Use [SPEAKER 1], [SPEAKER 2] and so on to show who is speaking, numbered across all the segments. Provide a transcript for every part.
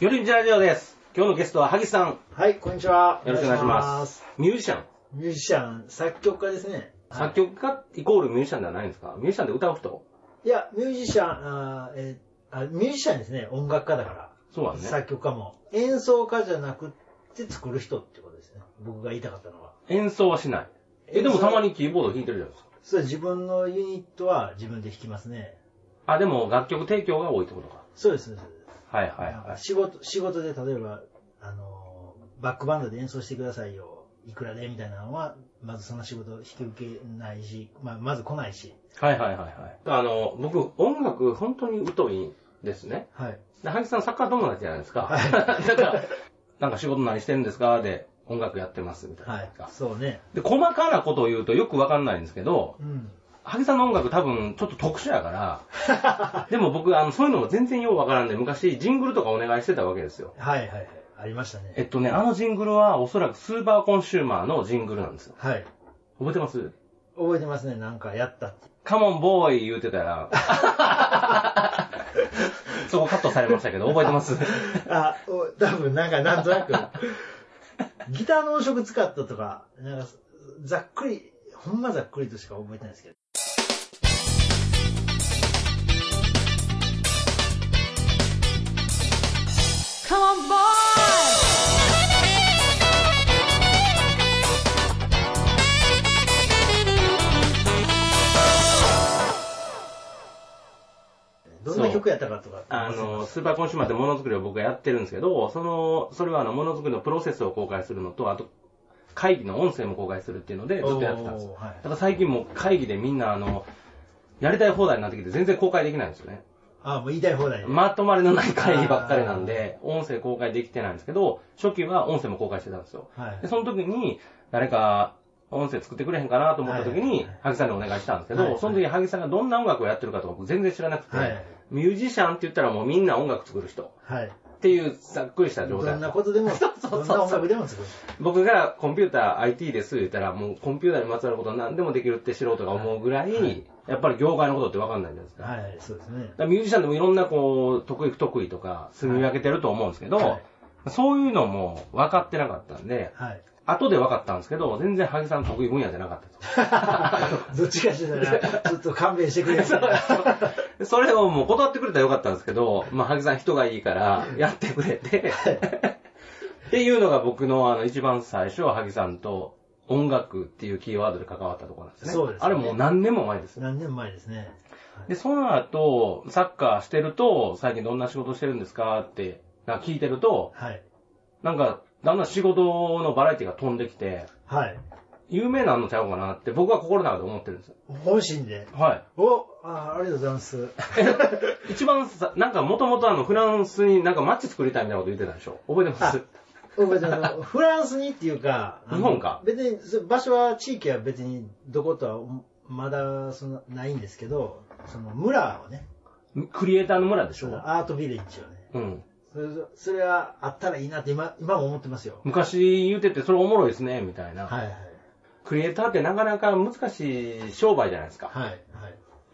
[SPEAKER 1] よりみちラジオです。今日のゲストは萩さん。よ
[SPEAKER 2] はい、こんにちは。
[SPEAKER 1] ろしくお願いします。。ミュージシャン。
[SPEAKER 2] ミュージシャン、作曲家ですね。
[SPEAKER 1] 作曲家イコールミュージシャンではないんですかミュージシャンで歌う人
[SPEAKER 2] いや、ミュージシャン、あーえーあミュージシャンですね。音楽家だか
[SPEAKER 1] そう
[SPEAKER 2] ら。
[SPEAKER 1] なんね。
[SPEAKER 2] 作曲家も。演奏家じゃなくて作る人ってことですね。僕が言いたかったのは。
[SPEAKER 1] 演奏はしない。え、でもたまにキーボード弾いてるじゃないですか。
[SPEAKER 2] それ自分のユニットは自分で弾きますね。
[SPEAKER 1] あ、でも楽曲提供が多いってことか。
[SPEAKER 2] そうです。そうです
[SPEAKER 1] はいはいはい。
[SPEAKER 2] 仕事、仕事で例えば、あのー、バックバンドで演奏してくださいよ。いくらでみたいなのは、まずその仕事引き受けないし、まあ、まず来ないし。
[SPEAKER 1] はいはいはいはい。あの、僕、音楽本当に疎いんですね。
[SPEAKER 2] はい。
[SPEAKER 1] で、萩さんサッカー友達じゃ ないですか。
[SPEAKER 2] はい
[SPEAKER 1] だから、なんか仕事何してるんですかで、音楽やってますみたいな。
[SPEAKER 2] はい。そうね。
[SPEAKER 1] で、細かなことを言うとよくわかんないんですけど、
[SPEAKER 2] うん。
[SPEAKER 1] 萩さんの音楽多分ちょっと特殊やから、でも僕、あの、そういうのも全然ようわからんで、昔ジングルとかお願いしてたわけですよ。
[SPEAKER 2] はいはいはい。ありました
[SPEAKER 1] え
[SPEAKER 2] ね。
[SPEAKER 1] っとね、あのジングルはおそらくスーパーコンシューマーのジングルなんですよ。
[SPEAKER 2] はい。
[SPEAKER 1] 覚えてます
[SPEAKER 2] 覚えてますね。なんかやったって。
[SPEAKER 1] カモンボーイ言うてたら、 そこカットされましたけど、覚えてます
[SPEAKER 2] あ、お多分なんかなんとなく、ギターの音色使ったとか、なんかざっくり、ほんまざっくりとしか覚えてないですけど。
[SPEAKER 3] Come on, boy!
[SPEAKER 2] どんな曲やったかとか。
[SPEAKER 1] あの、スーパーコンシューマーってものづくりを僕がやってるんですけど、その、それはあの、ものづくりのプロセスを公開するのと、あと、会議の音声も公開するっていうので、ずっとやってたんですよ
[SPEAKER 2] おーはい
[SPEAKER 1] だから最近もう会議でみんなあの、やりたい放題になってきて全然公開できないんですよね。
[SPEAKER 2] あ、もう言いたい放題で。
[SPEAKER 1] まとまりのない会議ばっかりなんで、音声公開できてないんですけど、初期は音声も公開してたんですよ。
[SPEAKER 2] はい
[SPEAKER 1] で、その時に、誰か、音声作ってくれへんかなと思った時
[SPEAKER 2] はいはい
[SPEAKER 1] に
[SPEAKER 2] はい、
[SPEAKER 1] 萩さんにお願いしたんですけ
[SPEAKER 2] はいは
[SPEAKER 1] ど、
[SPEAKER 2] い
[SPEAKER 1] その時萩さんがどんな音楽をやってるかとか僕全然知らなくて
[SPEAKER 2] はい、
[SPEAKER 1] ミュージシャンって言ったらもうみんな音楽作る人
[SPEAKER 2] はい。
[SPEAKER 1] っていうざっくりした
[SPEAKER 2] ど
[SPEAKER 1] 状態
[SPEAKER 2] ん。なこと でも、どんな音楽でも作る。
[SPEAKER 1] 僕がコンピューター IT です言ったら、もうコンピューターにまつわることは何でもできるって素人が思うぐらい、やっぱり業界のことってわかんないじゃないですか。
[SPEAKER 2] はい、そうですね
[SPEAKER 1] だ。からミュージシャンでもいろんなこう、得意不得意とか、住み分けてると思うんですけど、
[SPEAKER 2] はい
[SPEAKER 1] そういうのも分かってなかったんで、
[SPEAKER 2] はい。
[SPEAKER 1] 後で分かったんですけど、全然萩さん得意分野じゃなかった
[SPEAKER 2] どっちかしてたら、ちょっと勘弁してくれみたいな。
[SPEAKER 1] と。 それをもう断ってくれたらよかったんですけど、まあ萩さん人がいいから、やってくれて、っていうのが僕のあの一番最初は萩さんと音楽っていうキーワードで関わったところなんですね。
[SPEAKER 2] そうですね
[SPEAKER 1] あれもう何年も前ですね。
[SPEAKER 2] 何年前ですね。
[SPEAKER 1] で、その後、サッカーしてると、最近どんな仕事してるんですかって、なんか聞いてると、
[SPEAKER 2] はい。
[SPEAKER 1] なんか、だんだん仕事のバラエティが飛んできて、
[SPEAKER 2] はい。
[SPEAKER 1] 有名なんのちゃうかなって僕は心の中で思ってるんですよ。
[SPEAKER 2] 本心で。
[SPEAKER 1] は
[SPEAKER 2] おあ、ありがとうございます。
[SPEAKER 1] い。一番さ、なんかもともとあの、フランスになんかマッチ作りたいみたいなこと言ってたでしょ覚えてます
[SPEAKER 2] 僕あ のフランスにっていうか、あの
[SPEAKER 1] 日本か
[SPEAKER 2] 別に、そ場所は、地域は別にどことはおまだそのないんですけど、その村をね、
[SPEAKER 1] クリエイターの村でし
[SPEAKER 2] その
[SPEAKER 1] ょ
[SPEAKER 2] アートビレッジをね、
[SPEAKER 1] うん。
[SPEAKER 2] それそれはあったらいいなって今今も思ってますよ。
[SPEAKER 1] 昔言うてて、それおもろいですね、みたいな。
[SPEAKER 2] はいはい。
[SPEAKER 1] クリエイターってなかなか難しい商売じゃないですか。
[SPEAKER 2] はいはい。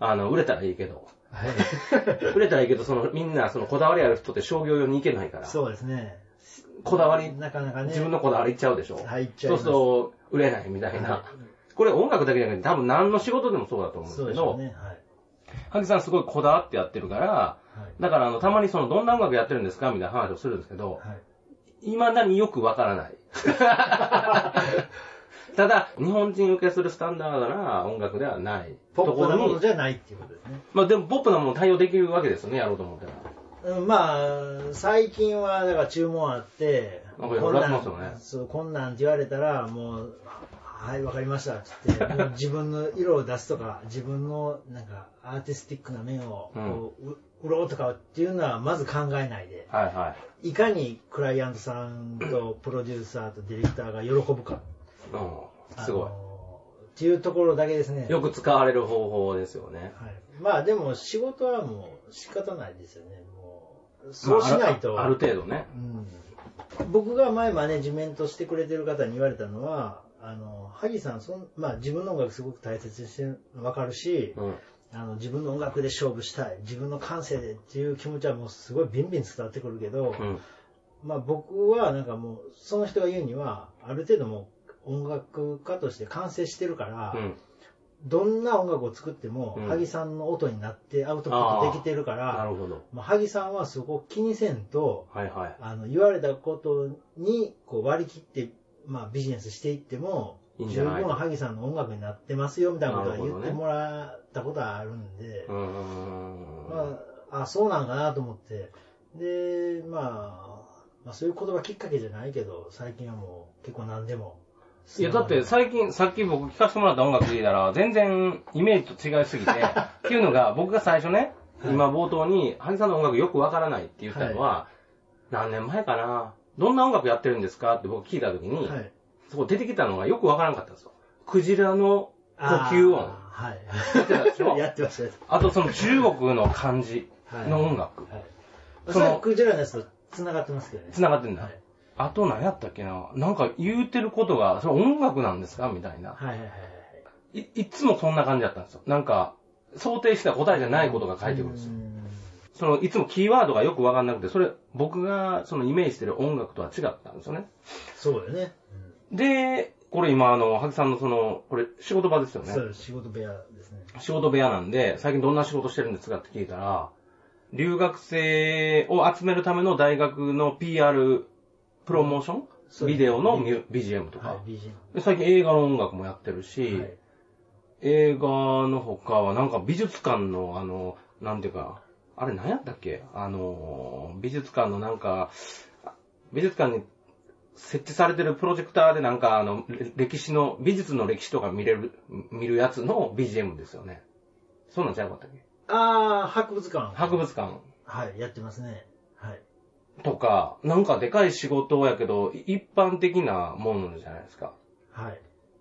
[SPEAKER 1] あの、売れたらいいけど。
[SPEAKER 2] はい、
[SPEAKER 1] 売れたらいいけど、その、みんな、その、こだわりある人って商業用に行けないから。
[SPEAKER 2] そうですね。
[SPEAKER 1] こだわり
[SPEAKER 2] なかなかね。
[SPEAKER 1] 自分のこだわりいっちゃうでしょ
[SPEAKER 2] はいいっちゃいます
[SPEAKER 1] そうすると売れないみたいな、
[SPEAKER 2] は
[SPEAKER 1] これ音楽だけじゃなくて多分何の仕事でもそうだと思うんです
[SPEAKER 2] そう
[SPEAKER 1] け
[SPEAKER 2] でしょ
[SPEAKER 1] ど、
[SPEAKER 2] うね。はい。
[SPEAKER 1] 萩さんすごいこだわってやってるから、
[SPEAKER 2] はい
[SPEAKER 1] だからあのたまにそのどんな音楽やってるんですかみたいな話をするんですけど、
[SPEAKER 2] はい。
[SPEAKER 1] いまだによくわからない。ただ、日本人受けするスタンダードな音楽ではない
[SPEAKER 2] ポ
[SPEAKER 1] と
[SPEAKER 2] ッ
[SPEAKER 1] こ
[SPEAKER 2] プなもの
[SPEAKER 1] ろに、
[SPEAKER 2] じゃないっていうことですね。
[SPEAKER 1] まあでもポップなもの対応できるわけですよね、やろうと思ったら。
[SPEAKER 2] うんまあ、最近は、だから注文あって、
[SPEAKER 1] なんかいろいろやってますよね
[SPEAKER 2] そう、こんなんって言われたら、もう、はい、わかりました、つって、も う自分の色を出すとか、自分の、なんか、アーティスティックな面を、こう、う売ろうとかっていうのは、まず考えないで、
[SPEAKER 1] はいはい
[SPEAKER 2] かにクライアントさんとプロデューサーとディレクターが喜ぶか。
[SPEAKER 1] い。うん、すご
[SPEAKER 2] あ
[SPEAKER 1] い。
[SPEAKER 2] のっていうところだけですね。
[SPEAKER 1] よく使われる方法ですよね。
[SPEAKER 2] はい、まあ、でも、仕事はもう、仕方ないですよね、もう。そうしないと。
[SPEAKER 1] まああるある程度ね。
[SPEAKER 2] うん僕が前マネジメントしてくれてる方に言われたのは、あの、萩さん、そんまあ、自分の音楽すごく大切にしてるの分かるし、
[SPEAKER 1] うん。
[SPEAKER 2] あの自分の音楽で勝負したい、自分の感性でっていう気持ちはもうすごいビンビン伝わってくるけど、
[SPEAKER 1] うん。
[SPEAKER 2] まあ僕はなんかもう、その人が言うには、ある程度もう音楽家として完成してるから、
[SPEAKER 1] うん。
[SPEAKER 2] どんな音楽を作っても、
[SPEAKER 1] うん
[SPEAKER 2] 萩さんの音になってアウトプットできてるか
[SPEAKER 1] な
[SPEAKER 2] ら、
[SPEAKER 1] るほど。
[SPEAKER 2] もう萩さんはそこを気にせんと、
[SPEAKER 1] はいはい。
[SPEAKER 2] あの、言われたことにこう割り切って、まあビジネスしていっても、
[SPEAKER 1] いいんじ
[SPEAKER 2] 十
[SPEAKER 1] ゃない
[SPEAKER 2] 分萩さんの音楽になってますよみたいなことは
[SPEAKER 1] なる
[SPEAKER 2] 言
[SPEAKER 1] ほ
[SPEAKER 2] っ
[SPEAKER 1] どね
[SPEAKER 2] てもらったことはあるんで、
[SPEAKER 1] うーん。
[SPEAKER 2] まあ、あ、そうなんかなと思って。で、まあ、まあ、そういう言葉きっかけじゃないけど、最近はもう結構何でも。
[SPEAKER 1] いや、だって最近、さっき僕聞かせてもらった音楽聞いたら、全然イメージと違いすぎ て、っていうのが、僕が最初ね、
[SPEAKER 2] はい
[SPEAKER 1] 今冒頭に、ハギさんの音楽よくわからないって言ったのは、何年前かな、どんな音楽やってるんですかって僕聞いた時に、
[SPEAKER 2] はい。
[SPEAKER 1] そこ出てきたのがよくわからなかったんですよ。クジラの呼
[SPEAKER 2] あー
[SPEAKER 1] 吸音。てたでし
[SPEAKER 2] は
[SPEAKER 1] ょ
[SPEAKER 2] い。やってました、やって
[SPEAKER 1] あとその中国の漢字の音楽。
[SPEAKER 2] ましたはい。
[SPEAKER 1] その
[SPEAKER 2] それはクジラのやつと繋がってますけどね。
[SPEAKER 1] 繋がってんだ。
[SPEAKER 2] はい
[SPEAKER 1] あと何やったっけななんか言うてることが、それ音楽なんですかみたいな。
[SPEAKER 2] はいはいはい
[SPEAKER 1] い、いつもそんな感じだったんですよ。なんか、想定した答えじゃないことが
[SPEAKER 2] は
[SPEAKER 1] 書
[SPEAKER 2] い。
[SPEAKER 1] いてくるんですよ。
[SPEAKER 2] うん
[SPEAKER 1] その、いつもキーワードがよくわかんなくて、それ、僕が、その、イメージしてる音楽とは違ったんですよね。
[SPEAKER 2] そうだよね。
[SPEAKER 1] で、これ今、あの、ハギさんのその、これ、仕事場ですよ
[SPEAKER 2] うん
[SPEAKER 1] ね。
[SPEAKER 2] そう、仕事部屋ですね。
[SPEAKER 1] 仕事部屋なんで、最近どんな仕事してるんですかって聞いたら、留学生を集めるための大学の PR、プロモーショ
[SPEAKER 2] そ
[SPEAKER 1] ン
[SPEAKER 2] うで
[SPEAKER 1] ビ
[SPEAKER 2] す
[SPEAKER 1] デオのミュ BGM とか、
[SPEAKER 2] はい、BGM。
[SPEAKER 1] で最近映画の音楽もやってるし、
[SPEAKER 2] はい
[SPEAKER 1] 映画の他はなんか美術館のあの、なんていうか、あれ何やったっけあの、美術館のなんか、美術館に設置されてるプロジェクターでなんかあの、れ歴史の、美術の歴史とか見れる、見るやつの BGM ですよね。そんなんちゃうかったっけ
[SPEAKER 2] あー、博物館。
[SPEAKER 1] 博物館
[SPEAKER 2] はい、やってますね。はい。
[SPEAKER 1] とか、なんかでかい仕事やけど、い一般的なものじゃないですか。
[SPEAKER 2] はい。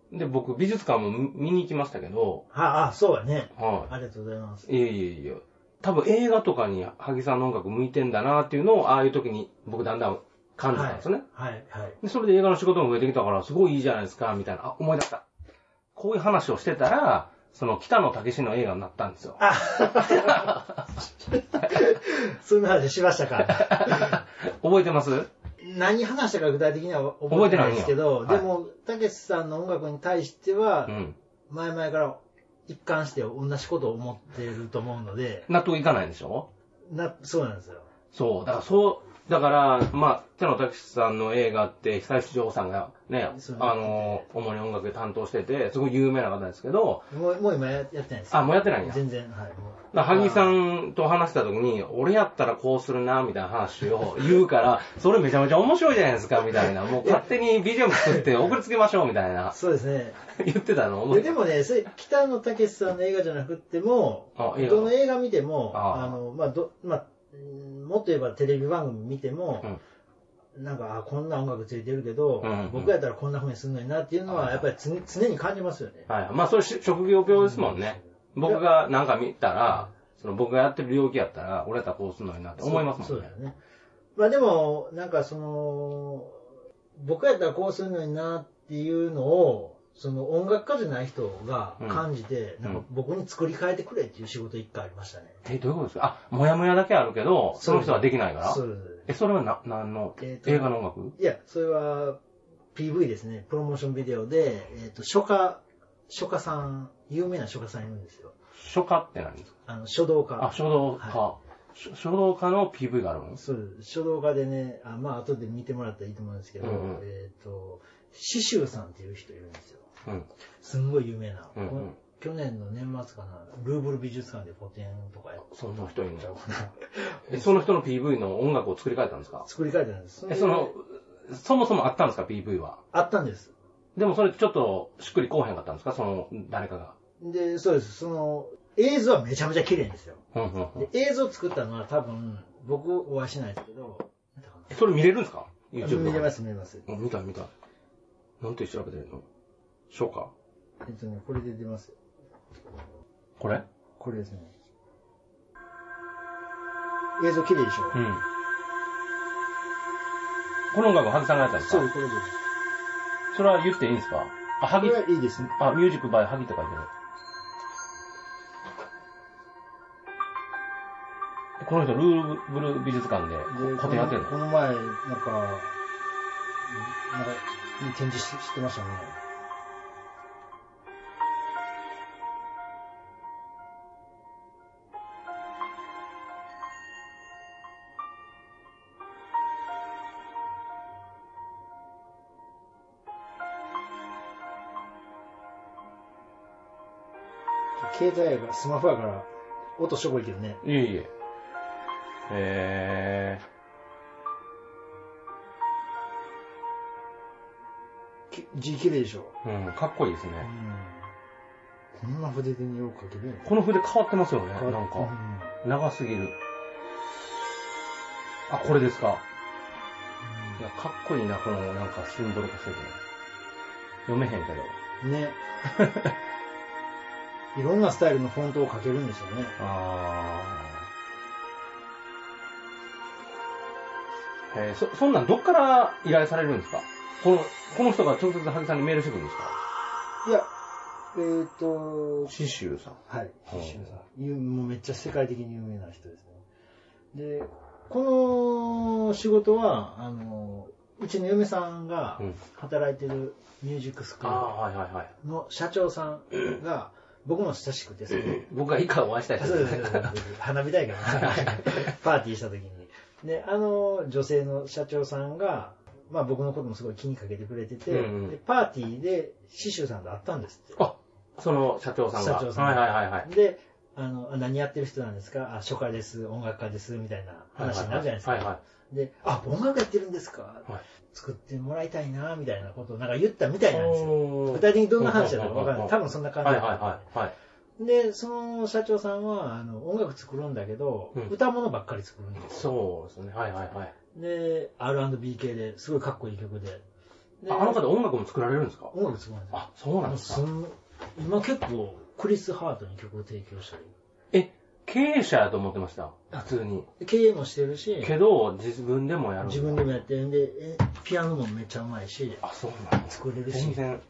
[SPEAKER 1] で、僕美術館も見見に行きましたけど、
[SPEAKER 2] あ、あ、そうだね。
[SPEAKER 1] はい。
[SPEAKER 2] ありがとうございます。
[SPEAKER 1] いやいやいや。多分映画とかに萩さんの音楽向いてんだなっていうのを、ああいう時に僕だんだん感じたんですよね。
[SPEAKER 2] はい、はい。
[SPEAKER 1] でそれで映画の仕事も増えてきたから、すごいいいじゃないですか、みたいな。あ、思い出した。こういう話をしてたら、その北野武の映画になったんですよ。
[SPEAKER 2] あそんな話しましたか。
[SPEAKER 1] 覚えてます
[SPEAKER 2] 何話したか具体的には覚えてないんですけど、
[SPEAKER 1] 覚え
[SPEAKER 2] で
[SPEAKER 1] てない
[SPEAKER 2] も、たけしさんの音楽に対しては
[SPEAKER 1] う、ん。
[SPEAKER 2] 前々から一貫して同じことを思っていると思うので、
[SPEAKER 1] 納得いかないでしょ
[SPEAKER 2] な、そうなんですよ。
[SPEAKER 1] そう。だからそう、だから、まあ、北野武さんの映画って、久石譲さんがね
[SPEAKER 2] そう、
[SPEAKER 1] あの、主に音楽で担当してて、すごい有名な方ですけど、
[SPEAKER 2] もう、もう今ややってないです。
[SPEAKER 1] あ、もうやってないんや。
[SPEAKER 2] 全然、はい。もう
[SPEAKER 1] だから萩さんと話した時に、俺やったらこうするな、みたいな話を言う から、それめちゃめちゃ面白いじゃないですか、みたいな。もう勝手に BGM 作って送りつけましょう、みたい な。
[SPEAKER 2] そうですね。
[SPEAKER 1] 言ってたの
[SPEAKER 2] ででもね、それ北野武さんの映画じゃなくっても、
[SPEAKER 1] あ映画
[SPEAKER 2] どの映画見ても、
[SPEAKER 1] あ
[SPEAKER 2] あの、まあ、ど、まあ、うんもっと言えばテレビ番組見ても、
[SPEAKER 1] うん
[SPEAKER 2] なんか、あこんな音楽ついてるけど、
[SPEAKER 1] うんうん
[SPEAKER 2] 僕やったらこんな風にするのになっていうのは、やっぱり常常に感じますよね。
[SPEAKER 1] はい。まあ、それし職業病ですもんね。僕がなんか見たら、その僕がやってる領域やったら、俺やったらこうするのになって思います
[SPEAKER 2] そ
[SPEAKER 1] も
[SPEAKER 2] うんだ
[SPEAKER 1] ね
[SPEAKER 2] よ。ね。まあでも、なんかその、僕やったらこうするのになっていうのを、その音楽家じゃない人が感じて、
[SPEAKER 1] うん
[SPEAKER 2] なんか僕に作り変えてくれっていう仕事一回ありましたね。
[SPEAKER 1] え、どういうことですかあ、もやもやだけあるけど、その人はできないから
[SPEAKER 2] そうです
[SPEAKER 1] え、それはな、何の、
[SPEAKER 2] え
[SPEAKER 1] 映
[SPEAKER 2] ーと
[SPEAKER 1] 画の音楽
[SPEAKER 2] いや、それは PV ですね。プロモーションビデオで、えっ、と、書家、書家さん、有名な書家さんいるんですよ。
[SPEAKER 1] 書家って何ですか
[SPEAKER 2] あの、書道
[SPEAKER 1] あ、
[SPEAKER 2] 家。
[SPEAKER 1] 書道家。書書道家の PV があるの
[SPEAKER 2] そうです。書道家でね、あまあ、後で見てもらったらいいと思うんですけど、
[SPEAKER 1] うんうん
[SPEAKER 2] えっ、と、刺繍さんっていう人いるんですよ。
[SPEAKER 1] うん。
[SPEAKER 2] すんごい有名な。
[SPEAKER 1] うんうん
[SPEAKER 2] この去年の年末かな、ルーブル美術館で個展とかやっ
[SPEAKER 1] そんな人いるの
[SPEAKER 2] ちゃうかな。
[SPEAKER 1] えその人の PV の音楽を作り変えたんですか
[SPEAKER 2] 作り変えたんです。
[SPEAKER 1] え、その、そもそもあったんですか ?PV は。
[SPEAKER 2] あったんです。
[SPEAKER 1] でもそれちょっとしっくりこうへんかったんですかその、誰かが。
[SPEAKER 2] で、そうです。その、映像はめちゃめちゃ綺麗ですよ。
[SPEAKER 1] うんうんうん
[SPEAKER 2] で映像作ったのは多分、僕お会いしないですけど、なんだか
[SPEAKER 1] えそれ見れるんですか
[SPEAKER 2] な
[SPEAKER 1] ?YouTube。
[SPEAKER 2] 見れますす、見れます。
[SPEAKER 1] あ見た見た。なんて調べてるの書家
[SPEAKER 2] えっとね、これで出ます。
[SPEAKER 1] これ
[SPEAKER 2] これですね。映像綺麗でしょ、
[SPEAKER 1] うん。この音楽はハギさんがやったんです
[SPEAKER 2] そうで
[SPEAKER 1] か
[SPEAKER 2] す、これです。
[SPEAKER 1] それは言っていいんですかあ、ハ
[SPEAKER 2] こ
[SPEAKER 1] ギ
[SPEAKER 2] れ、はいいですね。
[SPEAKER 1] あ、ミュージックバイハギって書いてる。この人、ルーブル美術館で個展やってる
[SPEAKER 2] こ
[SPEAKER 1] の
[SPEAKER 2] の前、なんか、なんか、展示ししてましたね。携帯やから、スマホやから、音しょぼいけどね。
[SPEAKER 1] いえいえ。え
[SPEAKER 2] き字綺麗でしょ。
[SPEAKER 1] ー、うん、かっこいいです
[SPEAKER 2] う
[SPEAKER 1] ね。
[SPEAKER 2] ん。こんな筆でよく書ける
[SPEAKER 1] この筆変わってますよね、
[SPEAKER 2] の
[SPEAKER 1] なん
[SPEAKER 2] う
[SPEAKER 1] か。長すぎる。あ、これですか。いや、かっこいいな、この、なんか、シンボル化してるの。読めへんけど。
[SPEAKER 2] うんね。 いろんなスタイルのフォントを書けるんでしょうね。
[SPEAKER 1] あー。えー、そ、そんなんどっから依頼されるんですかこの、この人が直接萩さんにメールしてくるんですか
[SPEAKER 2] いや、えーっと、
[SPEAKER 1] 刺繍さん。
[SPEAKER 2] はい、
[SPEAKER 1] うん
[SPEAKER 2] シュウさん有もうめっちゃ世界的に有名な人ですね。で、この仕事は、あの、うちの嫁さんが
[SPEAKER 1] うん
[SPEAKER 2] 働いてるミュージックスク
[SPEAKER 1] あ
[SPEAKER 2] ー
[SPEAKER 1] あ、はいはいはい。
[SPEAKER 2] ルの社長さんが、僕も親しくて、その
[SPEAKER 1] 僕が以下お会いしたい
[SPEAKER 2] あ
[SPEAKER 1] で
[SPEAKER 2] そう
[SPEAKER 1] す
[SPEAKER 2] ですそう
[SPEAKER 1] ね
[SPEAKER 2] です。そうです 花 火大会のパーティーした時に。で、あの、女性の社長さんが、まあ僕のこともすごい気にかけてくれてて、
[SPEAKER 1] うんうん
[SPEAKER 2] でパーティーで、シシュさんと会ったんですって。
[SPEAKER 1] あ、その社長さんが。
[SPEAKER 2] 社長さん
[SPEAKER 1] はいはいはいはい。
[SPEAKER 2] で、あの、あ何やってる人なんですかあ、書家です、音楽家です、みたいな話になるじゃないですか。
[SPEAKER 1] はいは
[SPEAKER 2] で、あ、音楽やってるんですか、
[SPEAKER 1] はい
[SPEAKER 2] 作ってもらいたいな、みたいなことをなんか言ったみた
[SPEAKER 1] い
[SPEAKER 2] いなんですよ。
[SPEAKER 1] おー
[SPEAKER 2] 具体的にどんな話だったかわかん
[SPEAKER 1] う
[SPEAKER 2] な
[SPEAKER 1] う
[SPEAKER 2] い。
[SPEAKER 1] う
[SPEAKER 2] 多分そんな感じ
[SPEAKER 1] はい
[SPEAKER 2] だ
[SPEAKER 1] は
[SPEAKER 2] っ
[SPEAKER 1] い
[SPEAKER 2] た
[SPEAKER 1] はいはい。
[SPEAKER 2] で、その社長さんは、あの、音楽作るんだけど、
[SPEAKER 1] うん
[SPEAKER 2] 歌物ばっかり作るんですよ
[SPEAKER 1] そうですね。はいはいはい。
[SPEAKER 2] で、R&B 系ですごいかっこいい曲で。で
[SPEAKER 1] ああの方音楽も作られるんですか
[SPEAKER 2] 音楽すごいんですよ。
[SPEAKER 1] あ、そうなん
[SPEAKER 2] もう
[SPEAKER 1] です
[SPEAKER 2] す
[SPEAKER 1] か。
[SPEAKER 2] ん今結構、クリス・ハートに曲を提供したり。
[SPEAKER 1] え、経営者やと思ってました。普通に。
[SPEAKER 2] で経営もしてるし、
[SPEAKER 1] けど、自分でもやる。
[SPEAKER 2] 自分でもやってるんで、えピアノもめっちゃうまいし、
[SPEAKER 1] あ、そうなんです
[SPEAKER 2] 作れる
[SPEAKER 1] 全
[SPEAKER 2] し、
[SPEAKER 1] 然。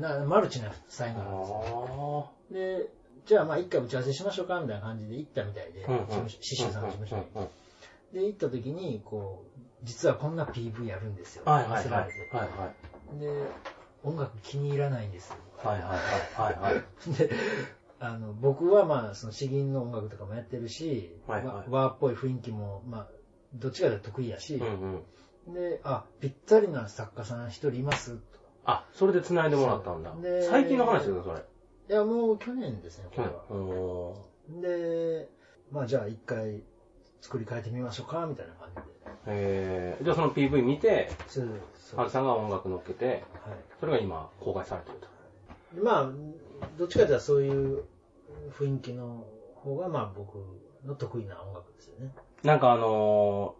[SPEAKER 2] なマルチな才
[SPEAKER 1] あ
[SPEAKER 2] 能なんですよ。
[SPEAKER 1] ー
[SPEAKER 2] で、じゃあまあ一回打ち合わせしましょうかみたいな感じで行ったみたいで、
[SPEAKER 1] うんうん
[SPEAKER 2] 事務所師匠さんの事務所に。
[SPEAKER 1] うんうん
[SPEAKER 2] で、行った時に、こう、実はこんな PV やるんですよ。
[SPEAKER 1] はいはいはい。
[SPEAKER 2] 見せら
[SPEAKER 1] は
[SPEAKER 2] れて
[SPEAKER 1] いはい。
[SPEAKER 2] で、音楽気に入らないんですよ。
[SPEAKER 1] はいはいはいはいはい。
[SPEAKER 2] で、あの、僕はまあ、その詩吟の音楽とかもやってるし、
[SPEAKER 1] はいはい
[SPEAKER 2] わ和っぽい雰囲気も、まあ、どっちかというと得意やし
[SPEAKER 1] う、んうん。
[SPEAKER 2] で、あ、ぴったりな作家さん一人います。
[SPEAKER 1] あ、それで繋いでもらったんだ
[SPEAKER 2] そうで。
[SPEAKER 1] 最近の話ですよ、それ。
[SPEAKER 2] いや、もう去年ですね、こ
[SPEAKER 1] 去
[SPEAKER 2] れ
[SPEAKER 1] 年
[SPEAKER 2] は。。
[SPEAKER 1] お
[SPEAKER 2] で、まあじゃあ一回作り変えてみましょうか、みたいな感じで。
[SPEAKER 1] ーえー、じゃあその PV 見て、
[SPEAKER 2] そうそう
[SPEAKER 1] ハルさんが音楽乗っけて、
[SPEAKER 2] は
[SPEAKER 1] それが今公開されてると。
[SPEAKER 2] いでまあ、どっちかというとそういう雰囲気の方が、まあ僕の得意な音楽ですよね。
[SPEAKER 1] なんかあの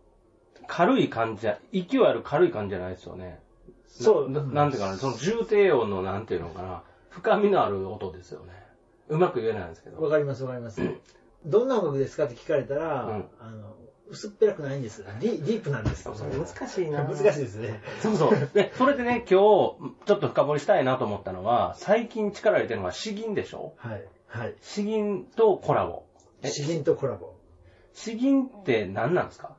[SPEAKER 1] ー、軽い感じじゃ、勢いある軽い感じじゃないですよね。
[SPEAKER 2] そう
[SPEAKER 1] ななんていうかな、その重低音のなんていうのかな、深みのある音ですよね。うまく言えないんですけど。
[SPEAKER 2] わかりますわかります。どんな音楽ですかって聞かれたら、
[SPEAKER 1] うん
[SPEAKER 2] あの薄っぺらくないんです。ディディープなんです。
[SPEAKER 1] しい
[SPEAKER 2] 難し
[SPEAKER 1] い。
[SPEAKER 2] いですね。
[SPEAKER 1] そうそう。で、それでね、今日、ちょっと深掘りしたいなと思ったのは、最近力入れてるのは詩吟でしょ
[SPEAKER 2] はい。はい。
[SPEAKER 1] 詩吟とコラボ。え
[SPEAKER 2] 詩吟とコラボ。
[SPEAKER 1] 詩吟って何なんですか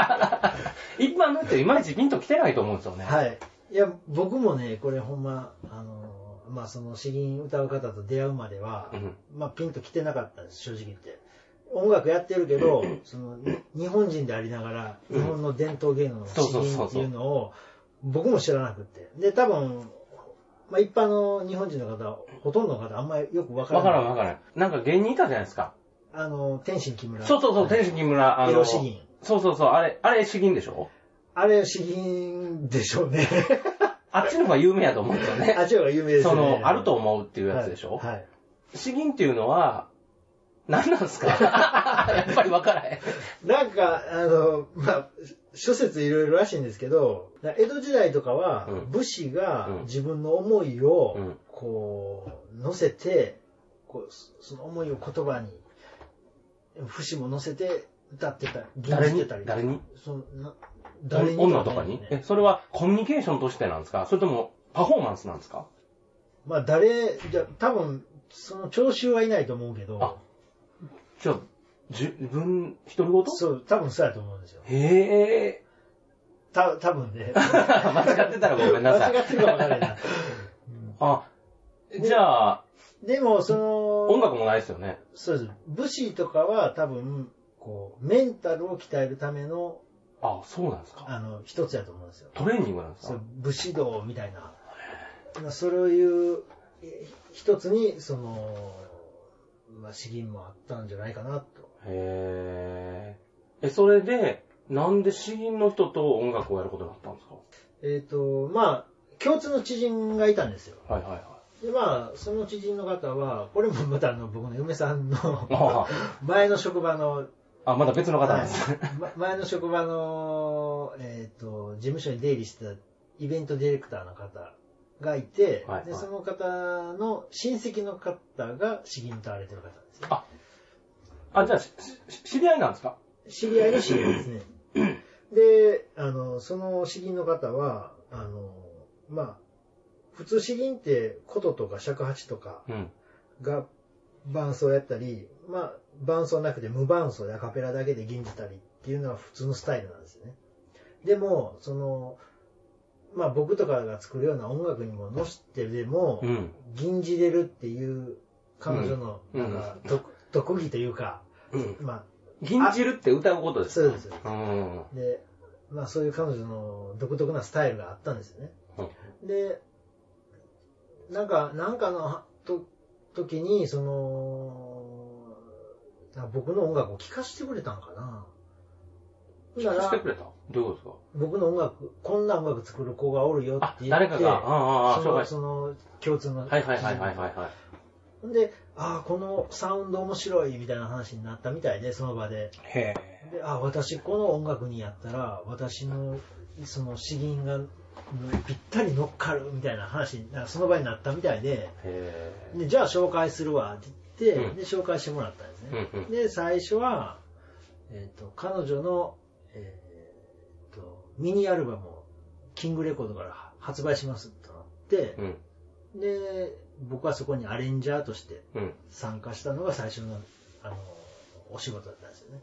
[SPEAKER 1] 一般の人いまいちピンと来てないと思うんですよね。
[SPEAKER 2] はい。いや、僕もね、これほんま、あの、まあその詩吟歌う方と出会うまでは、
[SPEAKER 1] うん
[SPEAKER 2] まあピンと来てなかったんです、正直言って。音楽やってるけど、その、日本人でありながら、
[SPEAKER 1] うん
[SPEAKER 2] 日本の伝統芸能の詩
[SPEAKER 1] そうそうそうそう
[SPEAKER 2] 吟っていうのを、僕も知らなくて。で、多分、まあ一般の日本人の方、ほとんどの方、あんまりよくわから
[SPEAKER 1] わか
[SPEAKER 2] ない。
[SPEAKER 1] らんわからん。なんか芸人いたじゃないですか。
[SPEAKER 2] あの、天心木村。
[SPEAKER 1] そうそうそう、天使木村。あ
[SPEAKER 2] エロ
[SPEAKER 1] の、
[SPEAKER 2] 詩吟
[SPEAKER 1] そうそうそう、あれ、あれ詩吟でしょ
[SPEAKER 2] あれ詩吟でしょう ね。
[SPEAKER 1] あっちの方が有名やと思うんですよね。
[SPEAKER 2] あっちの方が有名ですよ
[SPEAKER 1] そ
[SPEAKER 2] ね。
[SPEAKER 1] の、あると思うっていうやつでしょ、
[SPEAKER 2] はいはい
[SPEAKER 1] 詩吟っていうのは、何なん ですかやっぱりわからへん。
[SPEAKER 2] なんか、あの、まあ、諸説いろいろらしいんですけど、だ江戸時代とかは
[SPEAKER 1] うん、
[SPEAKER 2] 武士が
[SPEAKER 1] うん
[SPEAKER 2] 自分の思い
[SPEAKER 1] うん
[SPEAKER 2] を、こう、乗せて、こうそその思いを言葉に、節も乗せて歌ってたり、
[SPEAKER 1] 誰
[SPEAKER 2] 吟
[SPEAKER 1] に
[SPEAKER 2] じてたり。
[SPEAKER 1] 誰に
[SPEAKER 2] そのな誰
[SPEAKER 1] 誰
[SPEAKER 2] に
[SPEAKER 1] に女とかに
[SPEAKER 2] ね
[SPEAKER 1] え、それはコミュニケーションとしてなんですかそれともパフォーマンスなんですか
[SPEAKER 2] まあ、誰、じゃ、多分、その聴衆はいないと思うけど
[SPEAKER 1] あ、ちょ、自分、独り言
[SPEAKER 2] そう、多分そうやと思うんですよ。
[SPEAKER 1] へえ。
[SPEAKER 2] た多分ね。
[SPEAKER 1] 間違って たらごめんなさい
[SPEAKER 2] 間違ってるかもわからないな。
[SPEAKER 1] あ、じゃあ、
[SPEAKER 2] でも、その、
[SPEAKER 1] 音楽もないですよね。
[SPEAKER 2] そうです。武士とかは多分、こう、メンタルを鍛えるための、
[SPEAKER 1] あ、そうなんですか。
[SPEAKER 2] あの、一つやと思うんですよ。
[SPEAKER 1] トレーニングなんです
[SPEAKER 2] そ
[SPEAKER 1] か
[SPEAKER 2] う武士道みたいな。それを言う、え一つに、その、まあ、詩吟もあったんじゃないかなと。
[SPEAKER 1] へえ。え、それで、なんで詩吟の人と音楽をやることになったんですか
[SPEAKER 2] えっ、と、まあ、共通の知人がいたんですよ。
[SPEAKER 1] はいはいはい。
[SPEAKER 2] で、まあ、その知人の方は、これもまたあの、僕の嫁さんの、
[SPEAKER 1] あ
[SPEAKER 2] 前の職場の、
[SPEAKER 1] あ、まだ別の方なんですね。
[SPEAKER 2] ま前の職場の、えっ、と、事務所に出入りしてたイベントディレクターの方がいて、
[SPEAKER 1] はいはい
[SPEAKER 2] で、その方の親戚の方が詩吟とわれてる方ですね。
[SPEAKER 1] あ、あ、じゃあ、しし知り合いなんですか
[SPEAKER 2] 知り合いの詩吟です ね。で、あの、その詩吟の方は、あの、まあ、普通詩吟って琴とか尺八とか
[SPEAKER 1] うん。
[SPEAKER 2] が伴奏やったり、まあ、伴奏なくて無伴奏でアカペラだけで吟じたりっていうのは普通のスタイルなんですよね。でも、その、まあ僕とかが作るような音楽にも乗してでも
[SPEAKER 1] う、ん。
[SPEAKER 2] 吟じれるっていう彼女の、
[SPEAKER 1] うん
[SPEAKER 2] なんか、と特技というか、
[SPEAKER 1] うん。
[SPEAKER 2] ま
[SPEAKER 1] 銀汁って歌うこと
[SPEAKER 2] あ、
[SPEAKER 1] です
[SPEAKER 2] そうです。
[SPEAKER 1] かうん。
[SPEAKER 2] で、まあそういう彼女の独特なスタイルがあったんですよね。で、なんか、なんかのはと時に、その、なんか僕の音楽を聴かせてくれたんかな。ほんな
[SPEAKER 1] 聞かせて
[SPEAKER 2] ら
[SPEAKER 1] く、れたどういうこと
[SPEAKER 2] 僕の音楽、こんな音楽作る子がおるよ
[SPEAKER 1] ですか
[SPEAKER 2] っ
[SPEAKER 1] あ
[SPEAKER 2] て、言って、
[SPEAKER 1] 誰かが、ああ、
[SPEAKER 2] そ
[SPEAKER 1] 紹
[SPEAKER 2] の
[SPEAKER 1] 介し
[SPEAKER 2] その共通の。
[SPEAKER 1] はいはいはいはいはいはい。
[SPEAKER 2] ほんで、ああ、このサウンド面白いみたいな話になったみたいで、その場で。
[SPEAKER 1] へ
[SPEAKER 2] であ私この音楽にやったら私のその詩吟がうんぴったり乗っかるみたいな話なんかその場になったみたいで
[SPEAKER 1] え。へえ。
[SPEAKER 2] でじゃあ紹介するわって言って、
[SPEAKER 1] うん
[SPEAKER 2] で紹介してもらったんですね、
[SPEAKER 1] うんうん
[SPEAKER 2] で最初は、えー、と彼女の、えー、とミニアルバムをキングレコードから発売しますとなって
[SPEAKER 1] う、ん。
[SPEAKER 2] で僕はそこにアレンジャーとして
[SPEAKER 1] うん。
[SPEAKER 2] 参加したのが最初のあのお仕事だったんです よね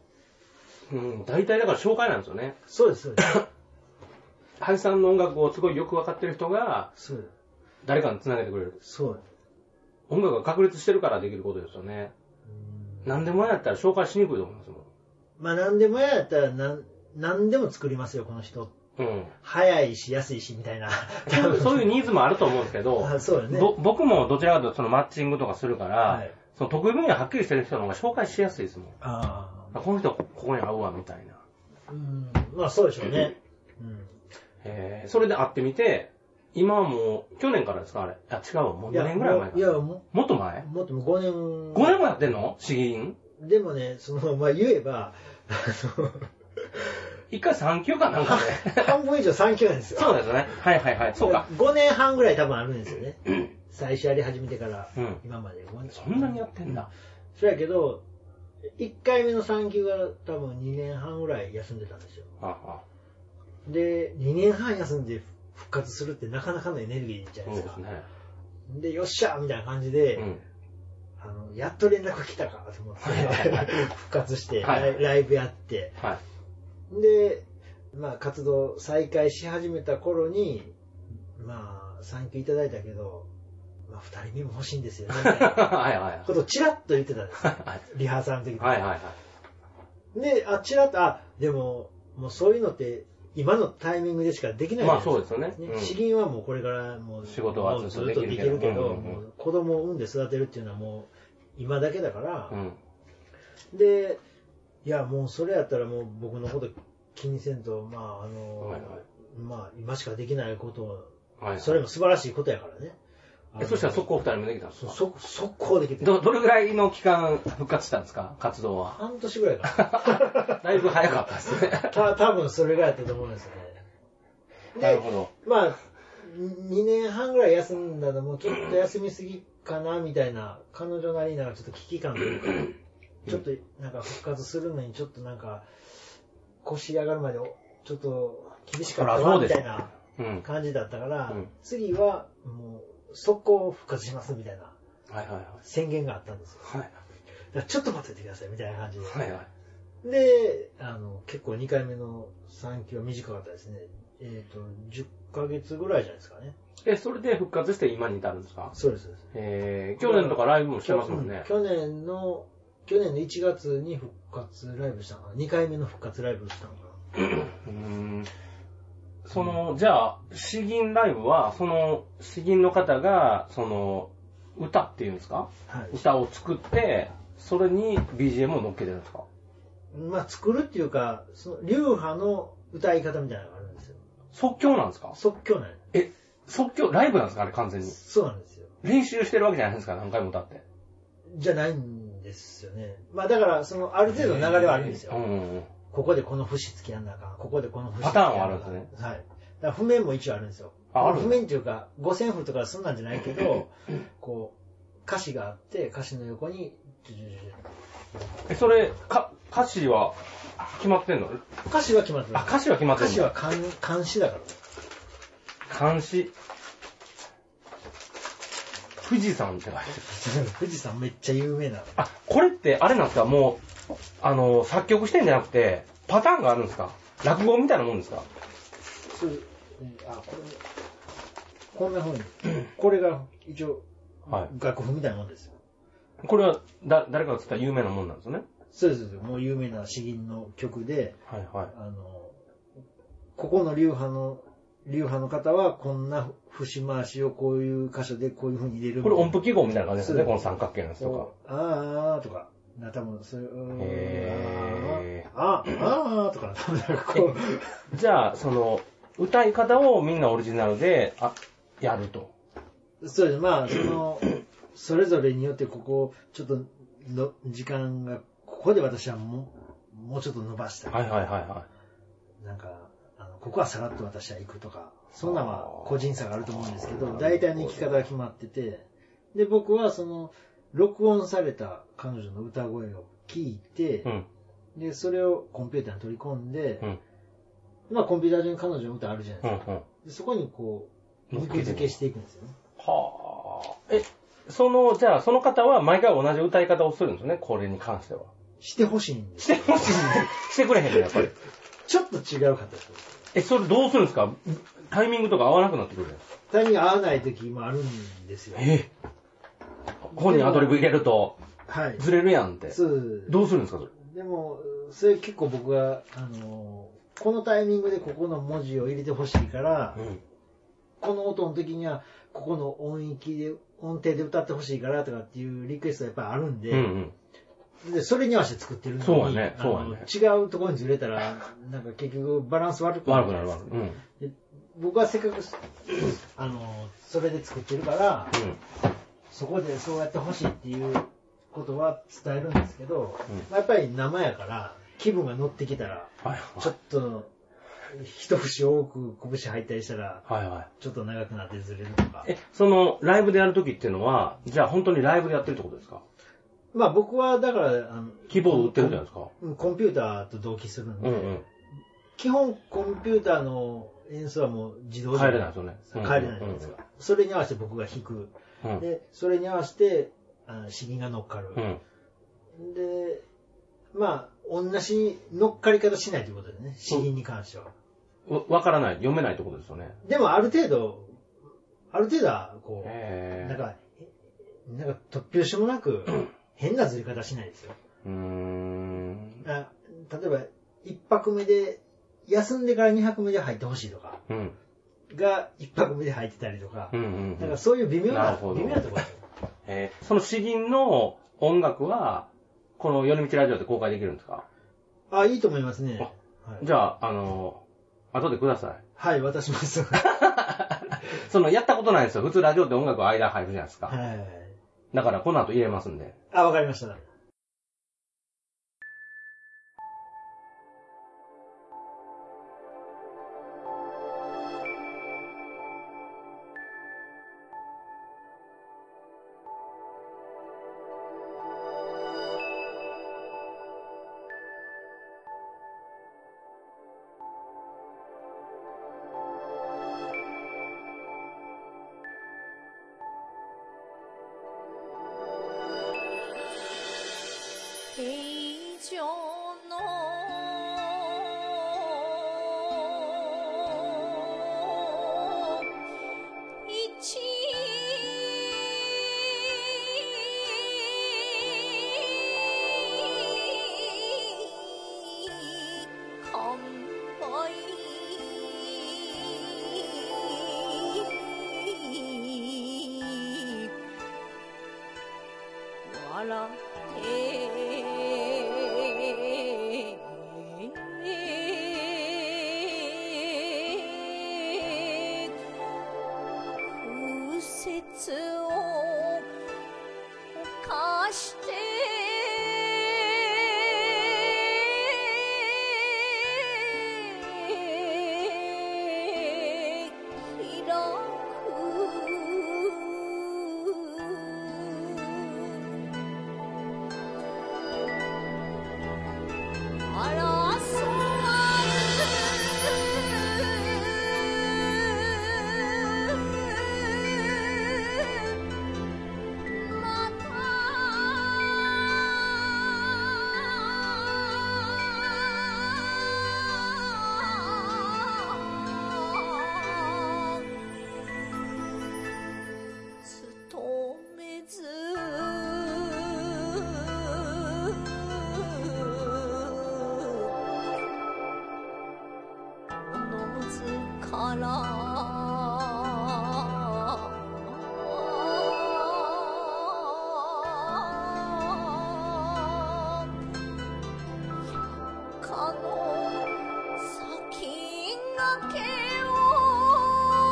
[SPEAKER 1] うん。大体だから紹介なんですよね。
[SPEAKER 2] そうですそうです
[SPEAKER 1] ハイさんの音楽をすごいよくわかってる人が、
[SPEAKER 2] そうです
[SPEAKER 1] 誰かに繋げてくれる。
[SPEAKER 2] そう。
[SPEAKER 1] 音楽が確立してるからできることですよね。何でもやったら紹介しにくいと思います
[SPEAKER 2] まあ何でもやったら何何でも作りますよ、この人。
[SPEAKER 1] もん。うん。
[SPEAKER 2] 早いし安いしみた いな。
[SPEAKER 1] 多分そういうニーズもあると思うんですけど、
[SPEAKER 2] あそうだね
[SPEAKER 1] ぼ僕もどちらかというとそのマッチングとかするから、
[SPEAKER 2] はい
[SPEAKER 1] その得意分野はっきりしてる人の方が紹介しやすいですもん。
[SPEAKER 2] あ
[SPEAKER 1] あこの人ここに合うわみたいな。
[SPEAKER 2] あ。うん。まあそうでしょうね。
[SPEAKER 1] へーそれで会ってみて、今はもう去年からですかあれ。あ、違うわ。も
[SPEAKER 2] う。
[SPEAKER 1] うん4年ぐらい前か
[SPEAKER 2] いや、
[SPEAKER 1] な。
[SPEAKER 2] も
[SPEAKER 1] もっと
[SPEAKER 2] う
[SPEAKER 1] 前
[SPEAKER 2] もっとも5年。
[SPEAKER 1] ?5 年もやってんの詩吟
[SPEAKER 2] でもね、その、まあ言えば、あの、
[SPEAKER 1] 一回3級かなんかね。
[SPEAKER 2] 半分以上3級なんですよ。
[SPEAKER 1] そうですね。はいはいはい。そうか。
[SPEAKER 2] 5年半ぐらい多分あるんですよね。最初やり始めてから
[SPEAKER 1] うん、
[SPEAKER 2] 今まで5年。
[SPEAKER 1] そんなにやってんだ。
[SPEAKER 2] そやけど、1回目の3級が多分2年半ぐらい休んでたんですよ。
[SPEAKER 1] ああ
[SPEAKER 2] で、2年半休んで復活するってなかなかのエネルギーじゃな
[SPEAKER 1] そ
[SPEAKER 2] いうです
[SPEAKER 1] で
[SPEAKER 2] か
[SPEAKER 1] す。ね。
[SPEAKER 2] でよっしゃみたいな感じで、
[SPEAKER 1] うん。
[SPEAKER 2] あの、やっと連絡来たかと 思って、復活して、
[SPEAKER 1] はい
[SPEAKER 2] ライライブやって、
[SPEAKER 1] はい。
[SPEAKER 2] で、まあ、活動再開し始めた頃に、まあ、産休いただいたけど、まあ、二人目も欲しいんですよね、みたい な
[SPEAKER 1] はいはい
[SPEAKER 2] ことをチラッと言ってたんですよ。リハーサルの時に。
[SPEAKER 1] はいはいはい。
[SPEAKER 2] で、あ、チラッと、あ、でも、もうそういうのって、今のタイミングでしかできないじ
[SPEAKER 1] ま
[SPEAKER 2] ゃな
[SPEAKER 1] あ
[SPEAKER 2] い
[SPEAKER 1] そうですよね。
[SPEAKER 2] ね
[SPEAKER 1] うん
[SPEAKER 2] 詩吟はもうこれからもう
[SPEAKER 1] 仕事は
[SPEAKER 2] もう
[SPEAKER 1] ず
[SPEAKER 2] ず
[SPEAKER 1] っ
[SPEAKER 2] っ
[SPEAKER 1] とでき
[SPEAKER 2] と
[SPEAKER 1] る
[SPEAKER 2] で
[SPEAKER 1] け
[SPEAKER 2] き
[SPEAKER 1] ど
[SPEAKER 2] るけど、
[SPEAKER 1] うんうんうん
[SPEAKER 2] もう子供を産んで育てるっていうのはもう今だけだから、
[SPEAKER 1] うん。
[SPEAKER 2] で、いやもうそれやったらもう僕のこと気にせんと、まああの、
[SPEAKER 1] はいは
[SPEAKER 2] まあ今しかできないことを、
[SPEAKER 1] い。はい。
[SPEAKER 2] それも素晴らしいことやからね。あ
[SPEAKER 1] え
[SPEAKER 2] の
[SPEAKER 1] そしたら速攻二人もできたんです
[SPEAKER 2] そ
[SPEAKER 1] か
[SPEAKER 2] そ速攻できて、
[SPEAKER 1] ど、どれぐらいの期間復活したんですか活動 は。
[SPEAKER 2] 半年ぐらい か
[SPEAKER 1] だいぶ早かったですね
[SPEAKER 2] な。。た多分それぐらいだったと思うんですよね。
[SPEAKER 1] なるほど。
[SPEAKER 2] まあ、2年半ぐらい休んだのも、ちょっと休みすぎかな、みたいな、彼女なりならちょっと危機感というか、ちょっとなんか復活するのに、ちょっとなんか、腰上がるまで、ちょっと厳しかった
[SPEAKER 1] そ
[SPEAKER 2] な、
[SPEAKER 1] らそう
[SPEAKER 2] み
[SPEAKER 1] で
[SPEAKER 2] た
[SPEAKER 1] す
[SPEAKER 2] いな
[SPEAKER 1] うん。
[SPEAKER 2] 感じだったから
[SPEAKER 1] うん、
[SPEAKER 2] 次はもう、速攻復活します、みたいな
[SPEAKER 1] はいはいはい。
[SPEAKER 2] 宣言があったんですよ。
[SPEAKER 1] はい。
[SPEAKER 2] らちょっと待っててくださいみたいな感じで。
[SPEAKER 1] はいはい。
[SPEAKER 2] で、あの、結構2回目の産休は短かったですね。えっ、と、10ヶ月ぐらいじゃないですかね。
[SPEAKER 1] え、それで復活して今に至るんですか
[SPEAKER 2] そうです、そうです。
[SPEAKER 1] えー、去年とかライブもしてますもんね。
[SPEAKER 2] 去年の、去年の1月に復活ライブしたのかな。2回目の復活ライブしたのかな。
[SPEAKER 1] うーんその、じゃあ、詩吟ライブは、その、詩吟の方が、その、歌っていうんですか
[SPEAKER 2] はい。
[SPEAKER 1] 歌を作って、それに BGM を乗っけてるんですか
[SPEAKER 2] まあ、作るっていうか、その、流派の歌い方みたいなのがあるんですよ。
[SPEAKER 1] 即興なんですか
[SPEAKER 2] 即興なんや
[SPEAKER 1] え、即興、ライブなんですかあれ完全に。
[SPEAKER 2] そうなんですよ。
[SPEAKER 1] 練習してるわけじゃないですか何回も歌って。
[SPEAKER 2] じゃないんですよね。まあ、だから、その、ある程度の流れはあるんですよ。
[SPEAKER 1] うんうんうん。
[SPEAKER 2] ここでこの節つきやんなあかん。ここでこの節
[SPEAKER 1] パターンはあるんですね
[SPEAKER 2] つきやなあかんはい。だから譜面も一応あるんですよ。
[SPEAKER 1] あある
[SPEAKER 2] 譜面っていうか、五線譜とかそんなんじゃないけど、こう、歌詞があって、歌詞の横に、ジュジュジュジ
[SPEAKER 1] え、それ、か、歌詞は決まってんの
[SPEAKER 2] ュ歌詞は決まってる
[SPEAKER 1] あ、歌詞は決まってん
[SPEAKER 2] 歌
[SPEAKER 1] の
[SPEAKER 2] 詞は漢漢詩だから。
[SPEAKER 1] 監視。富士山って書いてる。
[SPEAKER 2] 富士山めっちゃ有名なの。
[SPEAKER 1] あ、これってあれなんですかもう、あの、作曲してんじゃなくて、パターンがあるんですか落語みたいなもんですか
[SPEAKER 2] そううんあ、これ、こんな風に。これが一応、
[SPEAKER 1] は
[SPEAKER 2] 楽譜みたいなもんですよ。
[SPEAKER 1] い。これは、だ、誰かが作った有名なもんなんですよね。
[SPEAKER 2] そうですそうです。もう有名な詩吟の曲で、
[SPEAKER 1] はいはい。
[SPEAKER 2] あの、ここの流派の、流派の方はこんな節回しをこういう箇所でこういう風に入れるみ
[SPEAKER 1] こ
[SPEAKER 2] たい
[SPEAKER 1] れ
[SPEAKER 2] な。
[SPEAKER 1] 音符記号みたいな感じですよね、
[SPEAKER 2] そう
[SPEAKER 1] この三角形のやつと
[SPEAKER 2] とか。あーあーとか。な、多分それ、う
[SPEAKER 1] へ
[SPEAKER 2] ーんあーあーとか、 多分なんかこう、
[SPEAKER 1] か。じゃあ、その、歌い方をみんなオリジナルで、あ、やると。
[SPEAKER 2] そうです。まあ、その、それぞれによってここ、ちょっとの、時間が、ここで私はもう、もうちょっと伸ばしたり
[SPEAKER 1] はいはいはいは
[SPEAKER 2] なんか、あのここはさらっと私は行くとか、そんなんは個人差があると思うんですけど、大体の行き方が決まってて、で、僕はその、録音された彼女の歌声を聞いて
[SPEAKER 1] い。う、ん。
[SPEAKER 2] で、それをコンピューターに取り込んで
[SPEAKER 1] う、ん。
[SPEAKER 2] まあコンピューター上に彼女の歌あるじゃない
[SPEAKER 1] うん。う
[SPEAKER 2] ですか。
[SPEAKER 1] ん。
[SPEAKER 2] でそこにこう、肉付けしていくんですよね。
[SPEAKER 1] はあ。え、その、じゃあ、その方は毎回同じ歌い方をするんですよね、これに関しては。
[SPEAKER 2] してほしいんで
[SPEAKER 1] し
[SPEAKER 2] す
[SPEAKER 1] て
[SPEAKER 2] よ。
[SPEAKER 1] ほしいんで、してくれへんね、やっぱり。
[SPEAKER 2] ちょっと違う方です。
[SPEAKER 1] え、それどうするんですかタイミングとか合わなくなってくる
[SPEAKER 2] 他に合わない時もあるんですよ。
[SPEAKER 1] え本人アドリブ入れると、
[SPEAKER 2] はい。
[SPEAKER 1] ずれるやんって。
[SPEAKER 2] そう
[SPEAKER 1] どうするんですか、それ。
[SPEAKER 2] でも、それ結構僕が、あのーこのタイミングでここの文字を入れてほしいから、
[SPEAKER 1] うん。
[SPEAKER 2] この音の時には、ここの音域で、音程で歌ってほしいからとかっていうリクエストがやっぱあるんで、
[SPEAKER 1] うん
[SPEAKER 2] でそれに合わせて作ってるのに、
[SPEAKER 1] そうやね
[SPEAKER 2] あの
[SPEAKER 1] そう
[SPEAKER 2] 違うところにずれたら、なんか結局バランス悪
[SPEAKER 1] う
[SPEAKER 2] く
[SPEAKER 1] ん。
[SPEAKER 2] な
[SPEAKER 1] 悪
[SPEAKER 2] る
[SPEAKER 1] く
[SPEAKER 2] じゃ
[SPEAKER 1] な
[SPEAKER 2] ない
[SPEAKER 1] る
[SPEAKER 2] で
[SPEAKER 1] 悪く
[SPEAKER 2] すか
[SPEAKER 1] なる。うん。
[SPEAKER 2] で僕はせっかく、あのーそれで作ってるから、そこでそうやってほしいっていうことは伝えるんですけど、
[SPEAKER 1] うん
[SPEAKER 2] まあやっぱり生やから、気分が乗ってきたら、
[SPEAKER 1] はい
[SPEAKER 2] ちょっと、一節多く拳入ったりしたら、
[SPEAKER 1] はい。はいは
[SPEAKER 2] ちょっと長くなってずれるとか
[SPEAKER 1] い。。え、その、ライブでやるときっていうのは、じゃあ本当にライブでやってるってことですか
[SPEAKER 2] まあ僕はだから、あの
[SPEAKER 1] キーボード売ってるじゃないですか。
[SPEAKER 2] うんコンピューターと同期するん
[SPEAKER 1] う
[SPEAKER 2] で、
[SPEAKER 1] んうん。
[SPEAKER 2] 基本コンピューターの演奏はもう自動
[SPEAKER 1] 帰れないですよね。
[SPEAKER 2] 帰れないじゃないですか。それに合わせて僕が弾く。
[SPEAKER 1] うん。うん。
[SPEAKER 2] で、それに合わせて、あの詩吟が乗っかる。
[SPEAKER 1] うん。
[SPEAKER 2] で、まあ、同じ乗っかり方しないということでね、詩吟に関しては。
[SPEAKER 1] わわからない。読めないってことですよね。
[SPEAKER 2] でもある程度、ある程度は、こう、
[SPEAKER 1] え
[SPEAKER 2] なんか、えなんか突拍子もなく、変なずれ方しないですよ。
[SPEAKER 1] うーん。
[SPEAKER 2] あ例えば、一泊目で、休んでから二泊目で入ってほしいとか、
[SPEAKER 1] うん。
[SPEAKER 2] が一泊目で入ってたりとか
[SPEAKER 1] う、んうんうん。
[SPEAKER 2] なんかそういう微妙
[SPEAKER 1] な
[SPEAKER 2] な、
[SPEAKER 1] るほど
[SPEAKER 2] 微妙なところですよ。
[SPEAKER 1] えーその詩吟の音楽は、この夜道ラジオで公開できるんですか
[SPEAKER 2] あ、いいと思いますね。はい、
[SPEAKER 1] じゃあ、あのー後でください。
[SPEAKER 2] はい、渡 します。
[SPEAKER 1] その、やったことないんですよ。普通ラジオって音楽間入るじゃないですか。
[SPEAKER 2] はい。
[SPEAKER 1] だから、この後入れますんで。
[SPEAKER 2] あ、わかりました。
[SPEAKER 3] 「からかの先駆けを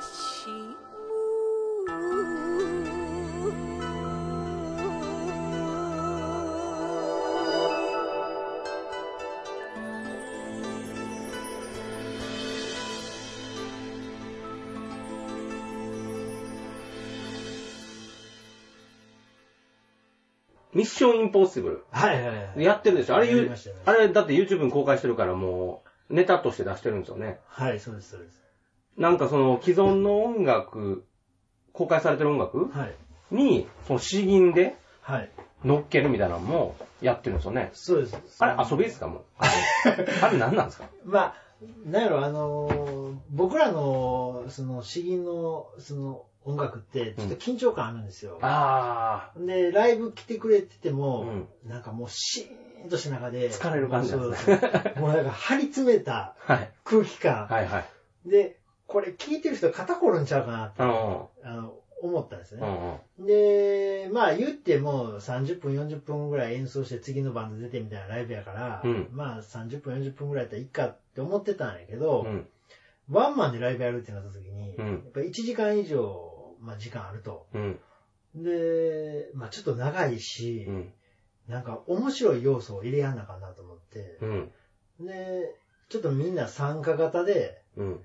[SPEAKER 3] しむ
[SPEAKER 1] ミッションインポッシブ
[SPEAKER 2] はいはいはい。
[SPEAKER 1] ル。やってるでしょあれ
[SPEAKER 2] やり
[SPEAKER 1] ゆ
[SPEAKER 2] ましたよ、
[SPEAKER 1] あれだって YouTube に公開してるからもう、ネタとして出してるんですよね。
[SPEAKER 2] はい、そうです、そうです。
[SPEAKER 1] なんかその既存の音楽、公開されてる音楽
[SPEAKER 2] はい。
[SPEAKER 1] に、その詩吟で
[SPEAKER 2] はい。
[SPEAKER 1] 乗っけるみたいなのもやってるんですよね。
[SPEAKER 2] そうです。
[SPEAKER 1] あれ遊びですかもう。あれ何なん ですか
[SPEAKER 2] まあ、なんやろ、あのー僕らの、その、詩吟の、その、音楽って、ちょっと緊張感あるんですよ。
[SPEAKER 1] あ
[SPEAKER 2] で、ライブ来てくれてても、なんかもう、シーンとした中で、
[SPEAKER 1] 疲れる感じなんです
[SPEAKER 2] そうそうそうもうなんか、張り詰め
[SPEAKER 1] あ。
[SPEAKER 2] た
[SPEAKER 1] はい。
[SPEAKER 2] 空気感。
[SPEAKER 1] はいはい。
[SPEAKER 2] で、これ聞いてる人肩こるんちゃうか
[SPEAKER 1] う
[SPEAKER 2] な、
[SPEAKER 1] ん
[SPEAKER 2] あの、思ったんです
[SPEAKER 1] う
[SPEAKER 2] よ
[SPEAKER 1] ん。う
[SPEAKER 2] ね。
[SPEAKER 1] んうん。
[SPEAKER 2] で、まあ言っても30分40分ぐらい演奏して次のバンド出てみたいなライブやから、
[SPEAKER 1] うん
[SPEAKER 2] まあ30分40分ぐらいやったらいいかって思ってたんやけど、
[SPEAKER 1] うん。
[SPEAKER 2] ワンマンでライブやるってなった時に、
[SPEAKER 1] うん
[SPEAKER 2] やっぱ1時間以上、まあ時間あると。
[SPEAKER 1] うん。
[SPEAKER 2] で、まあちょっと長いし、
[SPEAKER 1] うん。
[SPEAKER 2] なんか面白い要素を入れやんなあかんなと思って、
[SPEAKER 1] うん。
[SPEAKER 2] で、ちょっとみんな参加型で、
[SPEAKER 1] うん。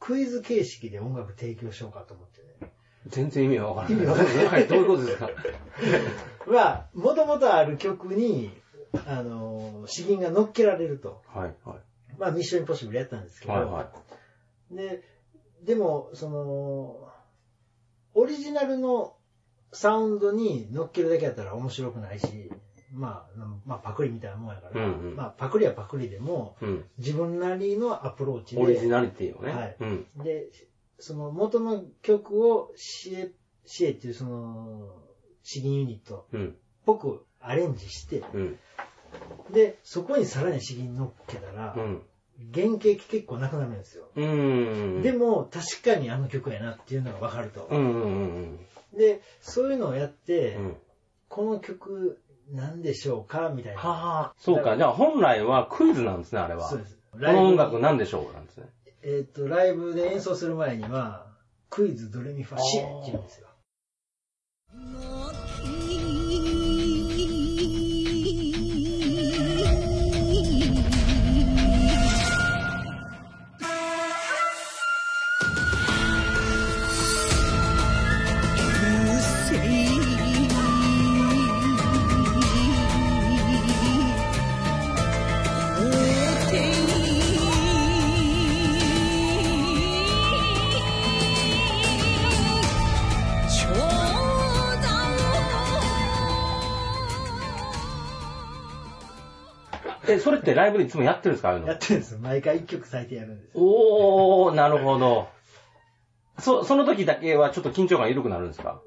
[SPEAKER 2] クイズ形式で音楽提供しようかと思ってね。
[SPEAKER 1] 全然意味がわからない。
[SPEAKER 2] 意味わからない
[SPEAKER 1] はい、どういうことですか
[SPEAKER 2] は、もともとある曲に、あの、詩吟が乗っけられると。
[SPEAKER 1] はい、は
[SPEAKER 2] まあ、ミッションインポッシブルやったんですけ
[SPEAKER 1] い。
[SPEAKER 2] ど、
[SPEAKER 1] はい、は
[SPEAKER 2] で、でも、その、オリジナルのサウンドに乗っけるだけやったら面白くないし、まあ、まあ、パクリみたいなもんやから、
[SPEAKER 1] うんうん
[SPEAKER 2] まあ、パクリはパクリでも、
[SPEAKER 1] い。うん。
[SPEAKER 2] 自分なりのアプローチで、
[SPEAKER 1] オリジナリティをね。
[SPEAKER 2] はい
[SPEAKER 1] うん。
[SPEAKER 2] で、その元の曲をシエ、シエっていうその、詩吟ユニット
[SPEAKER 1] うん。
[SPEAKER 2] っぽくアレンジして、
[SPEAKER 1] うん。
[SPEAKER 2] で、そこにさらに詩吟乗っけたら
[SPEAKER 1] う、ん。
[SPEAKER 2] 原型結構なくなるんですよ。
[SPEAKER 1] うん。
[SPEAKER 2] でも、確かにあの曲やなっていうのがわかると
[SPEAKER 1] う。ん、うん、うん。
[SPEAKER 2] で、そういうのをやって、
[SPEAKER 1] うん。
[SPEAKER 2] この曲なんでしょうかみたいな。
[SPEAKER 1] はあ。そうか、じゃあ本来はクイズなんですね、あれは。
[SPEAKER 2] そうです。
[SPEAKER 1] この音楽
[SPEAKER 2] に
[SPEAKER 1] なんでしょうなんですね。
[SPEAKER 2] えっ、と、ライブで演奏する前には、クイズドレミファシエって言うんですよ。
[SPEAKER 3] 冗談
[SPEAKER 1] え、それってライブでいつもやってるんですかああいう
[SPEAKER 2] や
[SPEAKER 1] の
[SPEAKER 2] っ。てるんですよ。毎回一曲最低やるんですよ。
[SPEAKER 1] おー、なるほど。そ、その時だけはちょっと緊張感緩くなるんですか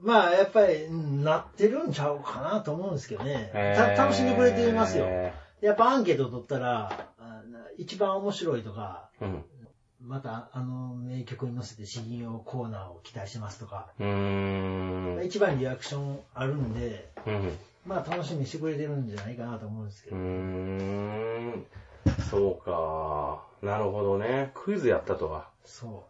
[SPEAKER 2] まあ、やっぱり、うんなってるんちゃうかなと思うんですけどね。
[SPEAKER 1] へ
[SPEAKER 2] た
[SPEAKER 1] ー
[SPEAKER 2] 楽しんでくれていますよ。やっぱアンケート取ったら、あな一番面白いとか、
[SPEAKER 1] うん。
[SPEAKER 2] またあの名曲に乗せて詩吟をコーナーを期待してますとか、
[SPEAKER 1] うーん。
[SPEAKER 2] 一番リアクションあるんで、
[SPEAKER 1] うん。
[SPEAKER 2] まあ楽しみにしてくれてるんじゃないかなと思うんですけ
[SPEAKER 1] うー
[SPEAKER 2] ど。
[SPEAKER 1] ん。そうか。なるほどね。クイズやったとは。
[SPEAKER 2] そ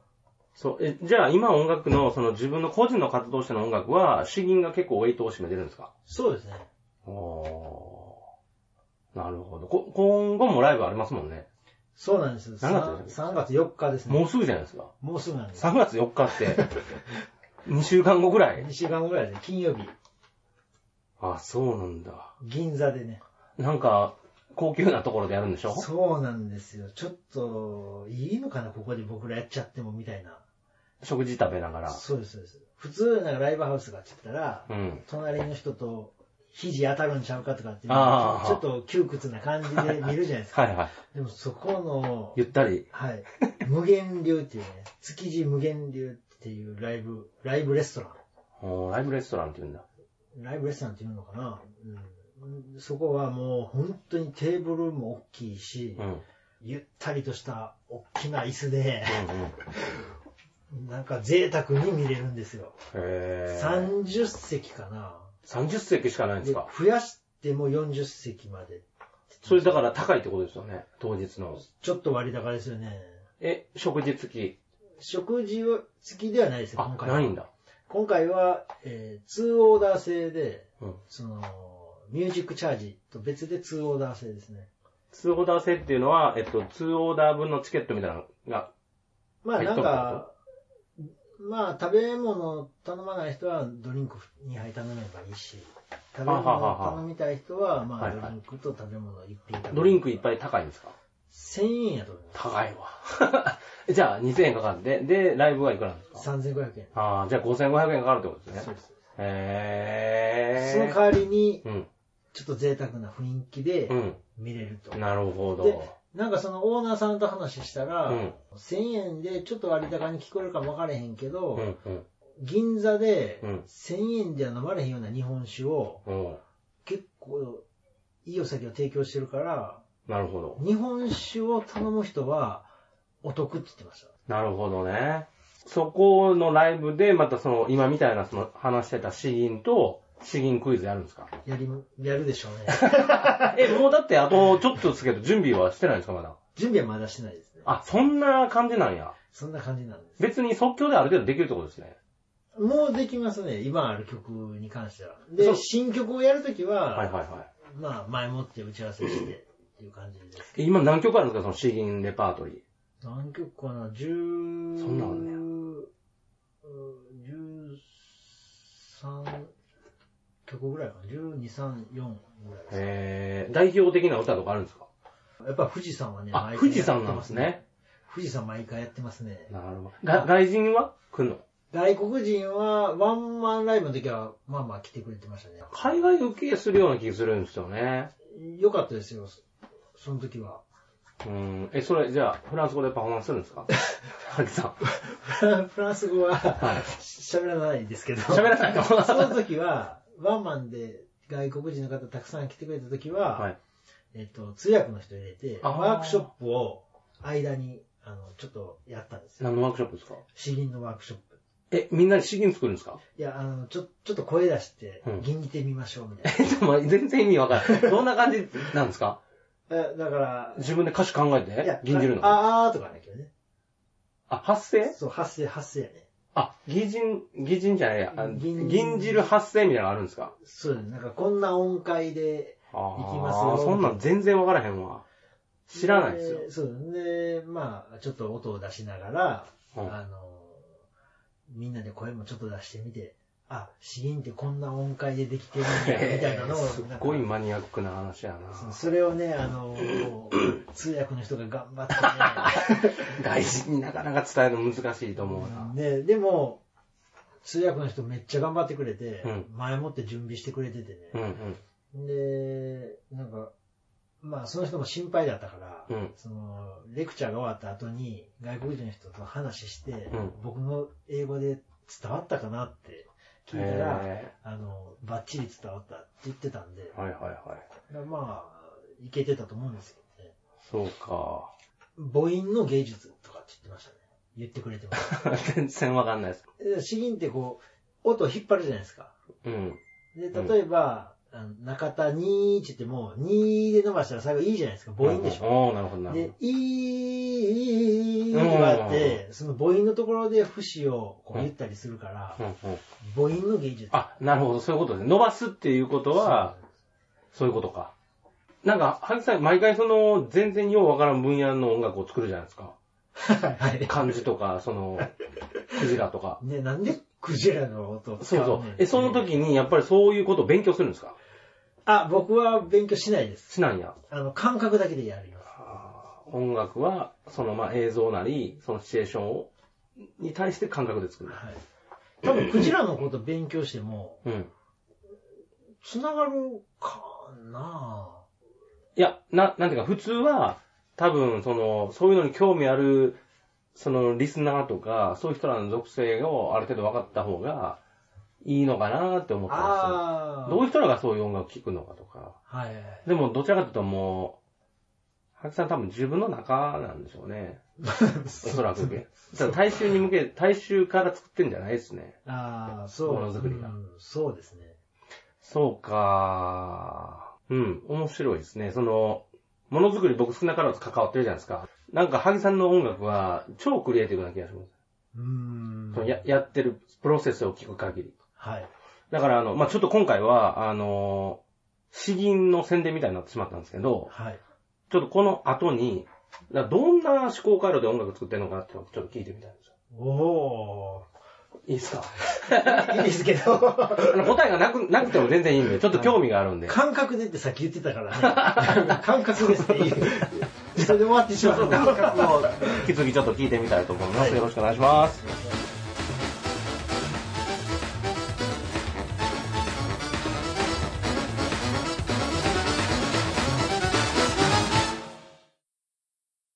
[SPEAKER 1] そう。え、じゃあ今音楽の、その自分の個人の活動しての音楽は、詩吟が結構ウェイトを占めてるんですか
[SPEAKER 2] う。そうですね。
[SPEAKER 1] おー。なるほど。こ、今後もライブありますもんね。
[SPEAKER 2] そうなんです。
[SPEAKER 1] 何月
[SPEAKER 2] さん3月4日ですね。
[SPEAKER 1] もうすぐじゃないですか。
[SPEAKER 2] もうすぐなんです。
[SPEAKER 1] 3月4日 って、2週間後ぐらい
[SPEAKER 2] 2。週間ぐらいで、金曜日、
[SPEAKER 1] あ、そうなんだ。
[SPEAKER 2] 銀座でね。
[SPEAKER 1] なんか、高級なところでやるんでしょ
[SPEAKER 2] そうなんですよ。ちょっと、いいのかな、ここで僕らやっちゃってもみたいな。
[SPEAKER 1] 食事食べながら。
[SPEAKER 2] そうです、そうです。普通、なんかライブハウスがって言ったら、
[SPEAKER 1] うん。
[SPEAKER 2] 隣の人と肘当たるんちゃうかとかっていう、ち
[SPEAKER 1] あー
[SPEAKER 2] ょっと窮屈な感じで見るじゃないですか。
[SPEAKER 1] はいはい。
[SPEAKER 2] でもそこの、
[SPEAKER 1] ゆったり。
[SPEAKER 2] はい、無限流っていうね、築地無限流ってっていうライブ、ライブレストラン。
[SPEAKER 1] おーライブレストランって言うんだ。
[SPEAKER 2] ライブレストランっていうのかな、うん、そこはもう本当にテーブルも大きいし、
[SPEAKER 1] うん。うん
[SPEAKER 2] ゆったりとした大きな椅子で、
[SPEAKER 1] うん。へ
[SPEAKER 2] なんか贅沢に見れるんですよ。
[SPEAKER 1] え。
[SPEAKER 2] 30席かな。
[SPEAKER 1] 30席しかないんで
[SPEAKER 2] です
[SPEAKER 1] か
[SPEAKER 2] 増やしても40席まで。
[SPEAKER 1] それだから高いってことですよね。当日の。
[SPEAKER 2] ちょっと割高ですよね。
[SPEAKER 1] え、食事付き。
[SPEAKER 2] 食事は付きではないですよ、
[SPEAKER 1] あ
[SPEAKER 2] 今、回
[SPEAKER 1] ないん
[SPEAKER 2] は。
[SPEAKER 1] だ。
[SPEAKER 2] 今回は、えー、2オーダー制で、
[SPEAKER 1] うん。
[SPEAKER 2] その、ミュージックチャージと別で2オーダー制ですね。
[SPEAKER 1] 2オーダー制っていうのは、えっと、2オーダー分のチケットみたいなのが、
[SPEAKER 2] まあ
[SPEAKER 1] 入っ
[SPEAKER 2] な
[SPEAKER 1] とる
[SPEAKER 2] んか、まあ食べ物頼まない人はドリンク2杯頼めばいいし、食べ
[SPEAKER 1] ははは
[SPEAKER 2] 物
[SPEAKER 1] は
[SPEAKER 2] 頼みたい人は、まあ
[SPEAKER 1] はい
[SPEAKER 2] ド
[SPEAKER 1] は
[SPEAKER 2] リ
[SPEAKER 1] い
[SPEAKER 2] ンクと食べ物1品
[SPEAKER 1] ドリン
[SPEAKER 2] ク
[SPEAKER 1] クいっぱい高いんですか
[SPEAKER 2] ?1000 円やと思いま
[SPEAKER 1] 高いわ。 じゃあ、2000円かかって、で、ライブはいくらなんですか
[SPEAKER 2] す。3500円。
[SPEAKER 1] ああ、じゃあ5500円かかるってことです
[SPEAKER 2] そう
[SPEAKER 1] ね。
[SPEAKER 2] です
[SPEAKER 1] へ
[SPEAKER 2] その
[SPEAKER 1] え。
[SPEAKER 2] 代わりに、
[SPEAKER 1] うん。
[SPEAKER 2] ちょっと贅沢な雰囲気で
[SPEAKER 1] う
[SPEAKER 2] 見れると。
[SPEAKER 1] ん。なるほど。
[SPEAKER 2] でなんかそのオーナーさんと話したら、
[SPEAKER 1] うん
[SPEAKER 2] 1000円でちょっと割高に聞こえるかもわからへんけど、
[SPEAKER 1] うん、うん、
[SPEAKER 2] 銀座で
[SPEAKER 1] うん
[SPEAKER 2] 1000円では飲まれへんような日本酒を
[SPEAKER 1] うん。
[SPEAKER 2] 結構いいお酒を提供してるから、
[SPEAKER 1] なるほど。
[SPEAKER 2] 日本酒を頼む人はお得って言ってました。
[SPEAKER 1] なるほどね。そこのライブで、またその、今みたいなその、話してた詩吟と、詩吟クイズやるんですか
[SPEAKER 2] やり、やるでしょうね。
[SPEAKER 1] え、もうだってあとちょっとですけど、準備はしてないんですか、まだ。
[SPEAKER 2] 準備はまだしてないですね。
[SPEAKER 1] あ、そんな感じなんや。
[SPEAKER 2] そんな感じなんです。
[SPEAKER 1] 別に即興である程度できるってことですね。
[SPEAKER 2] もうできますね、今ある曲に関しては。
[SPEAKER 1] そ
[SPEAKER 2] で、
[SPEAKER 1] う
[SPEAKER 2] 新曲をやるときは、
[SPEAKER 1] はいはいは
[SPEAKER 2] まあ前もって打ち合わせしてっていう感じです。
[SPEAKER 1] い。今何曲あるんですか、その詩吟レパートリー。
[SPEAKER 2] 何曲かな十、
[SPEAKER 1] そんなんあんねや
[SPEAKER 2] うん十三曲ぐらいかな十二、三、四ぐらいです
[SPEAKER 1] えー、代表的な歌とかあるんですか
[SPEAKER 2] やっぱ富士山はね、
[SPEAKER 1] あ、
[SPEAKER 2] 毎回
[SPEAKER 1] 富士山なんです
[SPEAKER 2] やって
[SPEAKER 1] ね。
[SPEAKER 2] ます。富士山毎回やってますね。
[SPEAKER 1] なるほど。が外人は来んの
[SPEAKER 2] 外国人はワンマンライブの時は、まあまあ来てくれてましたね。
[SPEAKER 1] 海外受けするような気がするんですよね。
[SPEAKER 2] 良かったですよ、そその時は。
[SPEAKER 1] うん。え、それ、じゃあ、フランス語でパフォーマンスするん ですかハキさ
[SPEAKER 2] フランス語
[SPEAKER 1] ん。は。
[SPEAKER 2] はい喋らないですけど。
[SPEAKER 1] 喋らないの
[SPEAKER 2] その時は、ワンマンで外国人の方たくさん来てくれた時は、
[SPEAKER 1] はい。
[SPEAKER 2] えっと、通訳の人入れて、
[SPEAKER 1] あー
[SPEAKER 2] ワークショップを間に、あの、ちょっとやったんですよ。
[SPEAKER 1] 何のワークショップですか
[SPEAKER 2] 詩吟のワークショップ。
[SPEAKER 1] え、みんな資金作るんですか
[SPEAKER 2] いや、あの、ちょ、ちょっと声出して
[SPEAKER 1] うん、
[SPEAKER 2] 吟じてみましょう、みたい
[SPEAKER 1] え、でも全然意味わからない。どんな感じなんですか
[SPEAKER 2] な。えだから、
[SPEAKER 1] 自分で歌詞考え
[SPEAKER 2] いや
[SPEAKER 1] て、吟じるのあ
[SPEAKER 2] ああーとかだけどね。
[SPEAKER 1] 発声
[SPEAKER 2] そう、発声、発声やね。
[SPEAKER 1] あ、擬人、擬人じゃないや、あ
[SPEAKER 2] 銀
[SPEAKER 1] 銀汁発生みたいなのあるんですか
[SPEAKER 2] そうだね。なんか、こんな音階で、
[SPEAKER 1] あー
[SPEAKER 2] 行きますよ
[SPEAKER 1] そんなん全然わからへんわ。知らないですよ。
[SPEAKER 2] そうで、まあ、ちょっと音を出しながら、
[SPEAKER 1] うん
[SPEAKER 2] あの、みんなで声もちょっと出してみて、あ、詩吟ってこんな音階でできてるんだ、みたいなのを。
[SPEAKER 1] すっごいマニアックな話や
[SPEAKER 2] そう
[SPEAKER 1] な。
[SPEAKER 2] それをね、あの、 通訳の人が頑張って
[SPEAKER 1] 外人になかなか伝えるの難しいと思うな。
[SPEAKER 2] ねね、でも、通訳の人めっちゃ頑張ってくれて、
[SPEAKER 1] うん
[SPEAKER 2] 前もって準備してくれてて
[SPEAKER 1] う
[SPEAKER 2] ね。
[SPEAKER 1] んうん。
[SPEAKER 2] で、なんか、まあその人も心配だったから、
[SPEAKER 1] うん
[SPEAKER 2] その、レクチャーが終わった後に外国人の人と話して、
[SPEAKER 1] ん
[SPEAKER 2] 僕の英語で伝わったかなって聞いたら、
[SPEAKER 1] へ
[SPEAKER 2] あの、バッチリ伝わったって言ってたんで
[SPEAKER 1] ー、はいはいはい。
[SPEAKER 2] まあ、いけてたと思うんですけどね。
[SPEAKER 1] そうか。
[SPEAKER 2] 母音の芸術とかって言ってましたね。言ってくれてました。
[SPEAKER 1] 全然わかんないです。
[SPEAKER 2] で 詩吟ってこう、音を引っ張るじゃないですか。
[SPEAKER 1] うん。
[SPEAKER 2] で、
[SPEAKER 1] うん
[SPEAKER 2] 例えば、あの中田にーって言っても、にーで伸ばしたら最後いいじゃないですか。母音でしょ。
[SPEAKER 1] ょ。おー、なるほどなる
[SPEAKER 2] で、いー、いー、いーってあって、その母音のところで節をこう
[SPEAKER 1] うん
[SPEAKER 2] 言ったりするから
[SPEAKER 1] ほ、ど。うんうん
[SPEAKER 2] 母音の芸術。
[SPEAKER 1] あ、なるほど、そういうことですね。伸ばすっていうことは、そういうことか。なんか、ハギさん、毎回その、全然ようわからん分野の音楽を作るじゃないですか。
[SPEAKER 2] はい。
[SPEAKER 1] 漢字とか、そ の、クジラとか。
[SPEAKER 2] ね、なんでクジラの音を
[SPEAKER 1] そ
[SPEAKER 2] 使
[SPEAKER 1] う
[SPEAKER 2] う
[SPEAKER 1] そう
[SPEAKER 2] ねん。
[SPEAKER 1] え、その時に、やっぱりそういうことを勉強するんですか
[SPEAKER 2] あ、僕は勉強しないです。
[SPEAKER 1] しないんや。
[SPEAKER 2] あの、感覚だけでやります。
[SPEAKER 1] 音楽は、その、まあ、映像なり、そのシチュエーションを、に対して感覚で作る。
[SPEAKER 2] はい。多分、クジラのこと勉強しても、
[SPEAKER 1] うん。
[SPEAKER 2] 繋がるかない
[SPEAKER 1] や、な、なんていうか、普通は、多分、その、そういうのに興味あるそのリスナーとか、そういう人らの属性をある程度分かった方がいいのかなって思ったんです
[SPEAKER 2] あ
[SPEAKER 1] よ。
[SPEAKER 2] あ。
[SPEAKER 1] どういう人らがそういう音楽を聴くのかとか。
[SPEAKER 2] はいはい。
[SPEAKER 1] でも、どちらかというともう、ハキさん多分自分の中なんでしょうね。おそらく。だから大衆に向け、大衆から作ってんじゃないですね。
[SPEAKER 2] ああ、そう。
[SPEAKER 1] ものづくりが
[SPEAKER 2] うんそうですね。
[SPEAKER 1] そうかうん、面白いですね。その、ものづくり僕少なからず関わってるじゃないですか。なんか、ハギさんの音楽は超クリエイティブな気がします。
[SPEAKER 2] うーん。
[SPEAKER 1] そのややってるプロセスを聞く限り。
[SPEAKER 2] はい。
[SPEAKER 1] だから、あの、まあ、ちょっと今回は、あの、詩吟の宣伝みたいになってしまったんですけど、
[SPEAKER 2] はい。
[SPEAKER 1] ちょっとこの後に、だからどんな思考回路で音楽作ってるのかなっていうのをちょっと聞いてみたいんですよ。
[SPEAKER 2] お
[SPEAKER 1] いいです か
[SPEAKER 2] ー。いいですけ ど。
[SPEAKER 1] あの答えがなく、なくても全然いいんで、ちょっと興味があるんで。
[SPEAKER 2] 感覚でってさっき言ってたからね。感覚ですっていう。 それで終わってしまう。
[SPEAKER 1] 企画を引き続きちょっと聞いてみたいと思います。
[SPEAKER 2] はい
[SPEAKER 1] よろしくお願いします。
[SPEAKER 2] はい